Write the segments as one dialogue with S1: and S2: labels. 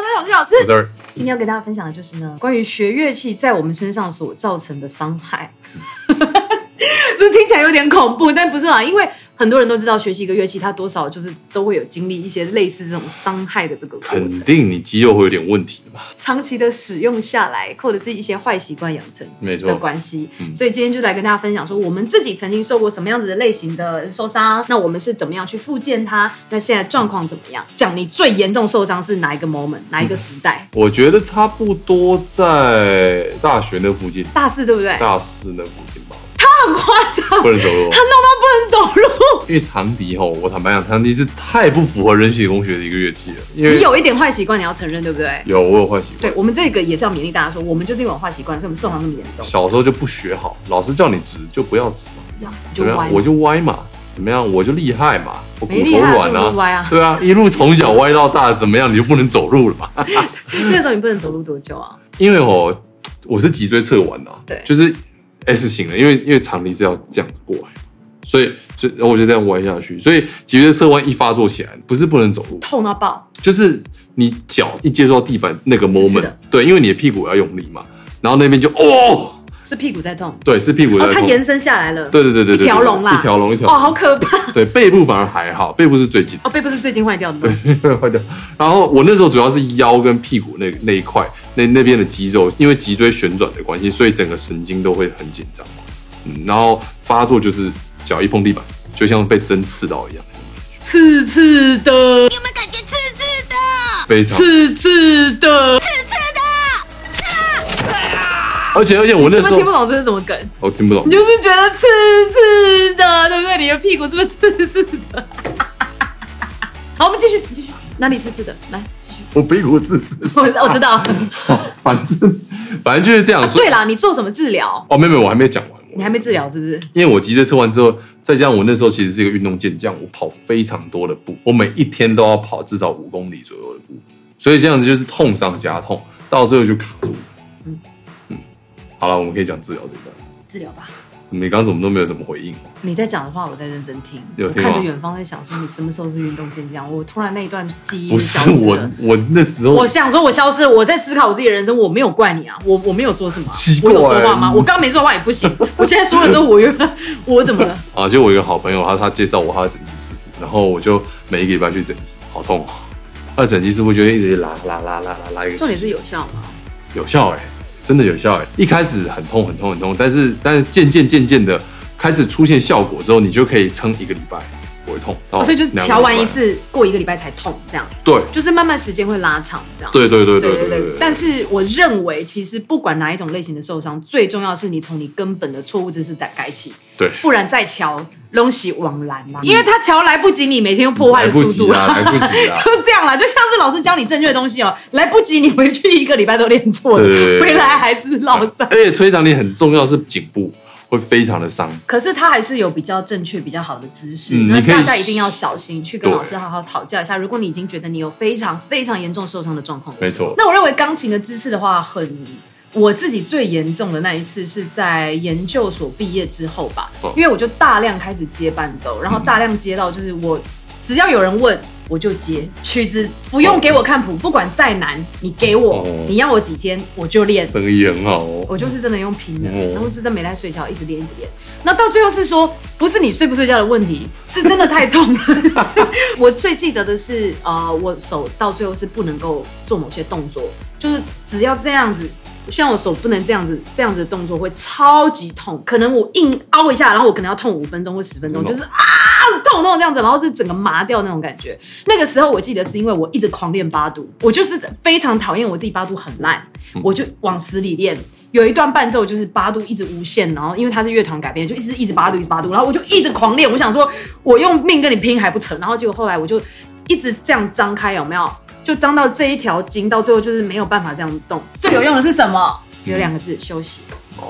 S1: 分享去老师。
S2: 我这儿
S1: 今天要给大家分享的就是呢，关于学乐器在我们身上所造成的伤害。 不是听起来有点恐怖，但不是啊啦，因为很多人都知道学习一个乐器，它多少就是都会有经历一些类似这种伤害的这个过
S2: 肯
S1: 程。
S2: 定你肌肉会有点问题 吧？
S1: 长期的使用下来，或者是一些坏习惯养成
S2: 没错
S1: 的关系。
S2: 嗯
S1: 所以今天就来跟大家分享说，我们自己曾经受过什么样子的类型的受伤，那我们是怎么样去复健它，那现在状况怎么样？讲你最严重受伤是哪一个 moment，哪一个时代？
S2: 我觉得差不多在大学那附近，
S1: 大四对不对？
S2: 大四那附近吧，
S1: 很夸张，
S2: 不能走路。
S1: 哦他弄到不能走路。
S2: 因为长笛吼，我坦白讲，长笛是太不符合人体工学的一个乐器了。因为
S1: 你有一点坏习惯，你要承认，对不对？
S2: 有我有坏习惯，
S1: 对我们这个也是要勉励大家说，我们就是因为有坏习惯，所以我们受伤那么严重，
S2: 小时候就不学好，老师叫你直就不要直嘛，
S1: 就
S2: 怎么
S1: 歪
S2: 样啊我就歪嘛，怎么样我就厉害嘛，我骨
S1: 没厉
S2: 头
S1: 害啊
S2: 软
S1: 就
S2: 啊
S1: 是，歪啊。
S2: 对啊，一路从小歪到大，怎么样你就不能走路了嘛？
S1: 那时候你不能走路多久啊？
S2: 因为哦，我是脊椎侧弯的、啊，
S1: 对
S2: 就是 S 型的，因为因为长笛是要这样子过来，所以所以然后我就这样歪下去，所以脊椎侧弯一发作起来，不是不能走路，
S1: 痛到爆，
S2: 就是你脚一接触到地板那个
S1: 是是
S2: moment，
S1: 的
S2: 对，因为你的屁股要用力嘛，然后那边就哦，
S1: 是屁股在痛。
S2: 对，是屁股在
S1: 哦，它
S2: 痛
S1: 延伸下来了。
S2: 对对对对对，对
S1: 一条龙啦
S2: 一条龙一条
S1: 哦，
S2: 龙，
S1: 好可怕！
S2: 对，背部反而还好，背部是最紧。
S1: 哦，背部是最近坏掉的吗
S2: 对，？是会 坏掉。然后我那时候主要是腰跟屁股那那一块那那边的肌肉，因为脊椎旋转的关系，所以整个神经都会很紧张。嗯，然后发作就是脚一碰地板，就像被针刺到一样，
S1: 刺刺的，
S2: 啊非常。
S1: 刺刺的。
S2: 而且而且我
S1: 是
S2: 那
S1: 不
S2: 时
S1: 是听不
S2: 候
S1: 懂这是什么梗？
S2: 我听不懂
S1: 你，就是觉得刺刺的，对不对？你的屁股是不是刺刺的？ 好，我们继续继续，哪里刺刺的？来继续。
S2: 我背骨自自，
S1: 我哦我知 道。
S2: 反正反正就是这样。
S1: 啊，
S2: 所以
S1: 对啦，你做什么治疗？
S2: 哦，妹妹，我还没讲完。
S1: 你还没治疗是不是？
S2: 因为我脊椎测完之后，再加上我那时候其实是一个运动健将，我跑非常多的步，我每一天都要跑至少五公里左右的步，所以这样子就是痛上加痛，到最后就卡住了。
S1: 嗯
S2: 嗯好了，我们可以讲治疗这一段。
S1: 治疗吧。
S2: 怎么你刚刚怎么都没有怎么回应？
S1: 你在讲的话，我在认真听。
S2: 有
S1: 我
S2: 听
S1: 看着
S2: 吗
S1: 远方，在想说你什么时候是运动健将？我突然那一段记忆
S2: 不
S1: 消
S2: 是
S1: 失
S2: 我
S1: 了。，
S2: 我那时候
S1: 我想说，我消失了，我在思考我自己的人生，我没有怪你啊，我我没有说什么啊、
S2: 奇
S1: 我
S2: 怪
S1: 有说话吗？我刚刚没说话也不行， 我现在说了之后，我又 我怎么了？
S2: 啊，就我有一个好朋友，他他介绍我他的整脊师傅，然后我就每一个礼拜去整脊，好痛哦。他的整脊师傅就会一直拉拉拉拉拉拉一个，
S1: 重点是有效吗？
S2: 有效哎、真的有效哎、一开始很痛很痛很痛，但是但是渐渐渐渐的开始出现效果之后，你就可以撑一个礼拜不会痛。到
S1: 哦所以就是
S2: 哦两个礼拜
S1: 调完一，次，过一个礼拜才痛，这样
S2: 对
S1: 就是慢慢时间会拉长，这样。
S2: 对对对对
S1: 对
S2: 对对对。
S1: 但是我认为，其实不管哪一种类型的受伤，最重要是你从你根本的错误知识改改起，
S2: 对
S1: 不然再瞧东西枉然嘛。因为他瞧来不及你每天又破坏
S2: 来
S1: 的速
S2: 不及啊
S1: 度啊
S2: 啦，嗯来不及啦。
S1: 就这样啦，就像是老师教你正确的东西哦，来不及你回去一个礼拜都练错了
S2: 对对，对啊
S1: 回来还是落塞。
S2: 而且吹长笛很重要是颈部会非常的伤，
S1: 可是他还是有比较正确、比较好的姿势，
S2: 嗯
S1: 那
S2: 你可以
S1: 大家一定要小心去跟
S2: 对
S1: 老师好好讨教一下。如果你已经觉得你有非常非常严重受伤的状况的
S2: 没
S1: 时候，
S2: 错。
S1: 那我认为钢琴的姿势的话很。我自己最严重的那一次是在研究所毕业之后吧
S2: 哦，
S1: 因为我就大量开始接伴奏，然后大量接到就是我只要有人问我就接曲子，不用
S2: 哦
S1: 给我看谱，不管再难，你给我
S2: 哦，
S1: 你要我几天我就练，
S2: 生意很好哦，
S1: 我就是真的用拼的，
S2: 哦
S1: 然后真的没在睡觉，一直练一直练。那到最后是说，不是你睡不睡觉的问题，是真的太痛了。 我最记得的是，呃，我手到最后是不能够做某些动作，就是只要这样子，像我手不能这样子，这样子的动作会超级痛，可能我硬凹一下，然后我可能要痛五分钟或十分钟，
S2: 真的
S1: 就
S2: 哦
S1: 是啊痛痛这样子，然后是整个麻掉那种感觉。那个时候我记得是因为我一直狂练八度，我就是非常讨厌我自己八度很烂，我就往死里练。有一段伴奏就是八度一直无限，然后因为它是乐团改编，就一直一直八度一直八度，然后我就一直狂练，我想说我用命跟你拼还不成，然后结果后来我就一直这样张开，有没有？就张到这一条筋，到最后就是没有办法这样动。最有用的是什么？只有两个字：休息。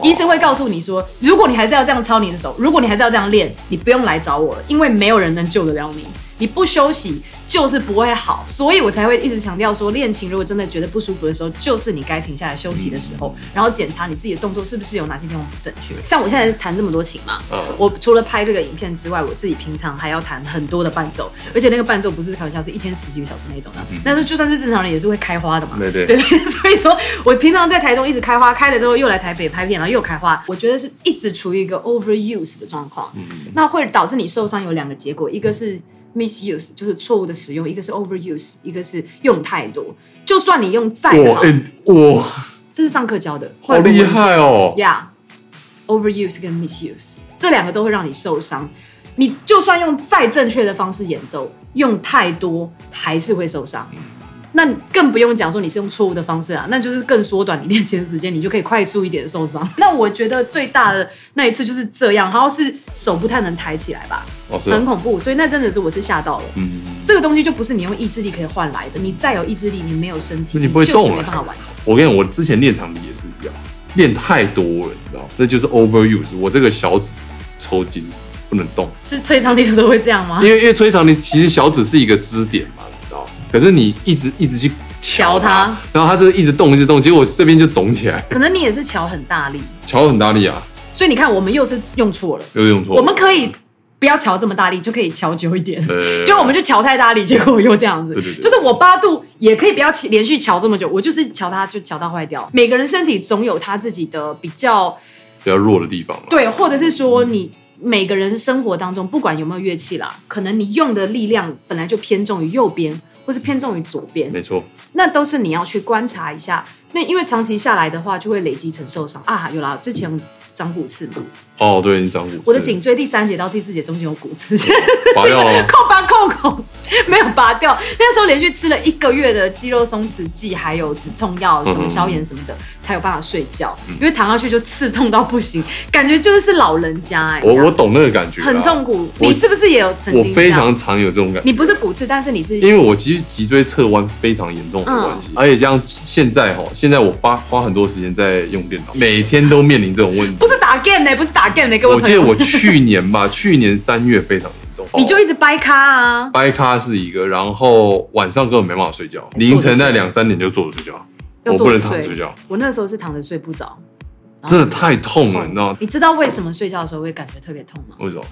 S1: 医生会告诉你说，如果你还是要这样操你的手，如果你还是要这样练，你不用来找我了，因为没有人能救得了你。你不休息就是不会好，所以我才会一直强调说，练琴如果真的觉得不舒服的时候，就是你该停下来休息的时候，然后检查你自己的动作是不是有哪些地方不正确。像我现在弹这么多琴嘛，
S2: 嗯
S1: 我除了拍这个影片之外，我自己平常还要弹很多的伴奏，而且那个伴奏不是开玩笑，是一天十几个小时那种的。但是就算是正常人也是会开花的嘛。
S2: 对对
S1: 对， 所以说我平常在台中一直开花，开了之后又来台北拍片，然后又开花，我觉得是一直处于一个 overuse 的状况。
S2: 嗯
S1: 那会导致你受伤有两个结果，一个是 misuse，就是错误的使用；一个是 overuse，一个是用太多。就算你用再
S2: 哇，
S1: 好，
S2: 哎、哇，
S1: 这是上课教的，
S2: 好厉害哦！
S1: ，Yeah，overuse 跟 misuse 这两个都会让你受伤。你就算用再正确的方式演奏，用太多还是会受
S2: 嗯
S1: 伤。那你更不用讲说你是用错误的方式啊，那就是更缩短你练琴的时间，你就可以快速一点受 伤。那我觉得最大的那一次就是这样，然后是手不太能抬起来吧，
S2: 老师，
S1: 很恐怖，所以那真的是我是吓到了。
S2: 哦嗯，
S1: 这个东西就不是你用意志力可以换来的，你再有意志力，你没有身体，
S2: 你不会
S1: 就是
S2: 动啊
S1: 没
S2: 了
S1: 办法完成。
S2: 我跟你讲，我之前练场地也是一样，练太多了，你知道吗，那就是 overuse。我这个小指抽筋，不能动。
S1: 是吹长笛的时候会这样吗？
S2: 因为因为吹长笛其实小指是一个支点嘛，你知道，可是你一直一直去
S1: 瞧它，
S2: 然后它这一直动一直动，结果我这边就肿起来，
S1: 可能你也是桥很大力，
S2: 瞧很大力啊，
S1: 所以你看我们又是用错了。
S2: 有用错。
S1: 我们可以不要桥这么大力，就可以桥久一点。
S2: 呃，
S1: 就我们就桥太大力，结果又这样子。
S2: 对对对
S1: 就是我八度也可以不要起连续桥这么久，我就是桥它就桥到坏掉。每个人身体总有他自己的比较
S2: 比较弱的地方了。啊
S1: 对，或者是说你每个人生活当中，不管有没有乐器啦，可能你用的力量本来就偏重于右边，或是偏重于左边。
S2: 没错，
S1: 那都是你要去观察一下。那因为长期下来的话，就会累积成受伤啊。有啦，之前长骨刺嘛，
S2: 哦，对你长骨刺，
S1: 我的颈椎第三节到第四节中间有骨刺， 现在
S2: 拔掉了吗，
S1: 扣拔扣孔没有拔掉。那时候连续吃了一个月的肌肉松弛剂，还有止痛药、
S2: 嗯
S1: 什么消炎什么的，才有办法睡觉。因为躺下去就刺痛到不行，感觉就是老人家哎、
S2: 我
S1: 这
S2: 我
S1: 样
S2: 懂那个感觉，
S1: 很痛，苦。
S2: 我
S1: 你是不是也有曾
S2: 我
S1: 经？
S2: 非，常常有这种感觉。
S1: 你不是骨刺，但是你是
S2: 因为我其实脊椎侧弯非常严重的
S1: 嗯
S2: 关系，而且这样现在哈，现在我花花很多时间在用电脑，每天都面临这种问题。
S1: 不是打 game 呢、不是打 game 欸呢、各位
S2: 我
S1: 朋
S2: 记
S1: 友
S2: 得我去年吧， 去年三月非常严重，哦
S1: 你就一直掰咖啊。
S2: 掰咖是一个，然后晚上根本没办法睡觉，凌晨在两三点就坐着睡觉，
S1: 要
S2: 我不
S1: 坐
S2: 能
S1: 着
S2: 躺着睡觉，
S1: 我那时候是躺着睡不着，然后
S2: 真的太
S1: 嗯
S2: 痛了，你知道
S1: 你知道为什么睡觉的时候会感觉特别痛吗？
S2: 为什么？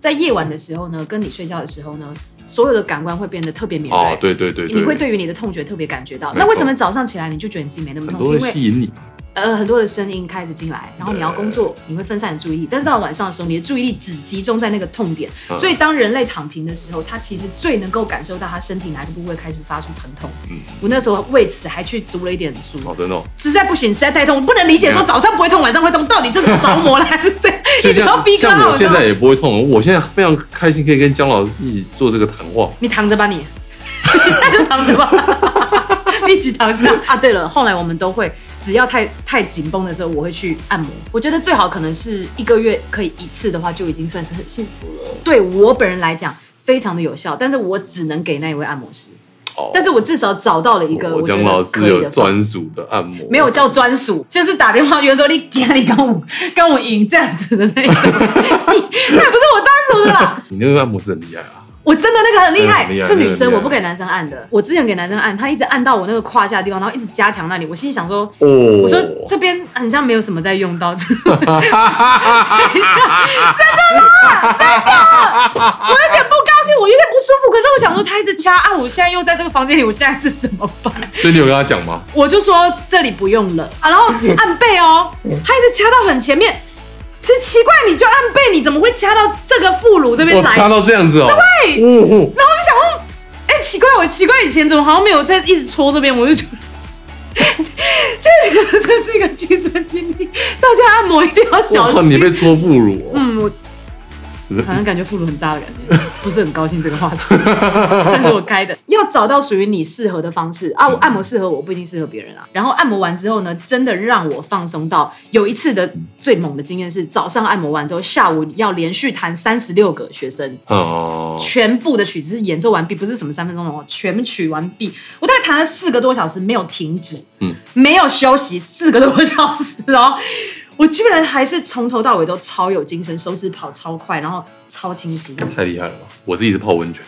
S1: 在夜晚的时候呢，跟你睡觉的时候呢，所有的感官会变得特别敏锐。
S2: 哦，对对对
S1: 你会
S2: 对，
S1: 对于你的痛觉特别感觉到，
S2: 没错
S1: 那为什么早上起来你就觉得你自己没那么
S2: 很
S1: 痛？
S2: 多
S1: 是
S2: 人
S1: 因为
S2: 吸引你，
S1: 呃很多的声音开始进来，然后你要工作，你会分散你的注意力，但是到了晚上的时候，你的注意力只集中在那个痛点，
S2: 嗯
S1: 所以当人类躺平的时候，他其实最能够感受到他身体哪个部位开始发出疼痛。
S2: 嗯
S1: 我那时候为此还去读了一点书，
S2: 哦，真的哦，
S1: 实在不行，实在太痛，我不能理解说早上不会痛，晚上会痛，到底这是着魔了还是这样？
S2: 嗯 就
S1: 你不要
S2: 像
S1: 逼
S2: 像
S1: 到
S2: 我现在也不会痛，我现在非常开心可以跟姜老师一起做这个谈话，
S1: 你躺着吧你，你现在就躺 着吧，一起躺下啊。对了，后来我们都会，只要太太紧绷的时候，我会去按摩。我觉得最好可能是一个月可以一次的话，就已经算是很幸福了。对我本人来讲，非常的有效，但是我只能给那一位按摩师。
S2: 哦
S1: 但是我至少找到了一个
S2: 我
S1: 我觉
S2: 姜
S1: 得
S2: 老
S1: 可
S2: 师
S1: 以
S2: 有
S1: 的方法
S2: 专属的按摩，
S1: 没有叫专属，就是打电话约说你今你跟我 跟我赢这样子的那一 种， 你那也不是我专属的啦。
S2: 你那个按摩师很厉害啊，
S1: 我真的那个很厉害，
S2: 嗯很厉害
S1: 是女
S2: 那个很
S1: 生，
S2: 厉害
S1: 我不给男生按的。我之前给男生按，他一直按到我那个胯下的地方，然后一直加强那里。我心里想说，
S2: 哦，
S1: 我说这边很像没有什么在用到，真的 啦，真的，我有点不高兴，我有点不舒服。可是我想说，他一直掐啊，我现在又在这个房间里，我现在是怎么办？
S2: 所以你有跟他讲吗？
S1: 我就说这里不用 了啊，然后按背哦，他一直掐到很前面。是奇怪，你就按背，你怎么会掐到这个副乳这边
S2: 我
S1: 来？
S2: 插到这样子哦，
S1: 对
S2: 哦，
S1: 然后我就想说，哎、奇怪，我奇怪以前怎么好像没有在一直戳这边，我就觉得。 这个这是一个亲身经历，大家按摩一定要
S2: 我靠，
S1: 小
S2: 你
S1: 心。
S2: 被戳副乳哦，
S1: 嗯，我
S2: 是
S1: 好像感觉副乳很大的感觉， 不是很高兴这个话题，但是我开的。要找到属于你适合的方式啊，
S2: 嗯
S1: 我按摩适合我，不一定适合别人啊。然后按摩完之后呢，真的让我放松到有一次的最猛的经验是，早上按摩完之后，下午要连续弹三十六个学生，
S2: 哦，
S1: 全部的曲子是演奏完毕，不是什么三分钟哦，全曲完毕。我大概弹了四个多小时，没有停止，
S2: 嗯
S1: 没有休息，四个多小时哦。 我居然还是从头到尾都超有精神，手指跑超快，然后超清晰。
S2: 太厉害了吧！我自己是泡温泉，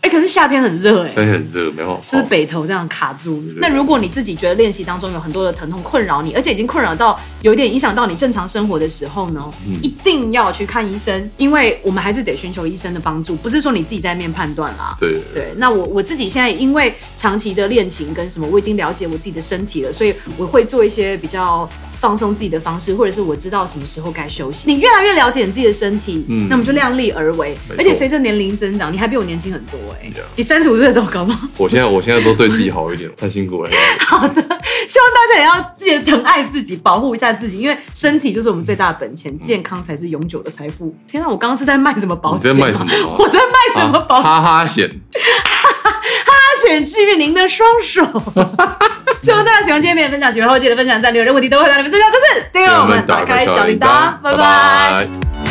S1: 哎、可是夏天很热哎、
S2: 但是很热，没办法
S1: 就是
S2: 泡。
S1: 北头这样卡住
S2: 对。
S1: 那如果你自己觉得练习当中有很多的疼痛困扰你，而且已经困扰到有一点影响到你正常生活的时候呢，
S2: 嗯
S1: 一定要去看医生，因为我们还是得寻求医生的帮助，不是说你自己在面判断啦。
S2: 对，
S1: 对，那我我自己现在因为长期的练琴跟什么，我已经了解我自己的身体了，所以我会做一些比较放松自己的方式，或者是我知道什么时候该休息。你越来越了解你自己的身体，
S2: 嗯
S1: 那我们就量力而为
S2: 没错。
S1: 而且随着年龄增长，你还比我年轻很多哎、
S2: Yeah
S1: 你三十五岁的时候搞不好。
S2: 我现在我现在都对自己好一点，太辛苦了。
S1: 好的，希望大家也要记得疼爱自己，保护一下自己，因为身体就是我们最大的本
S2: 嗯
S1: 钱，健康才是永久的财富。天啊，我刚刚是在卖什么保
S2: 你
S1: 险
S2: 在
S1: 吗？
S2: 卖什么保险
S1: 我在卖什么保
S2: 啊
S1: 险？
S2: 哈哈险，
S1: 大选治愈您的双手。 希望大家喜欢今天的分享，喜欢后记得分享、赞留言，任何问题都会在你们这条就是订阅我们，打开小铃铛，拜拜。
S2: 拜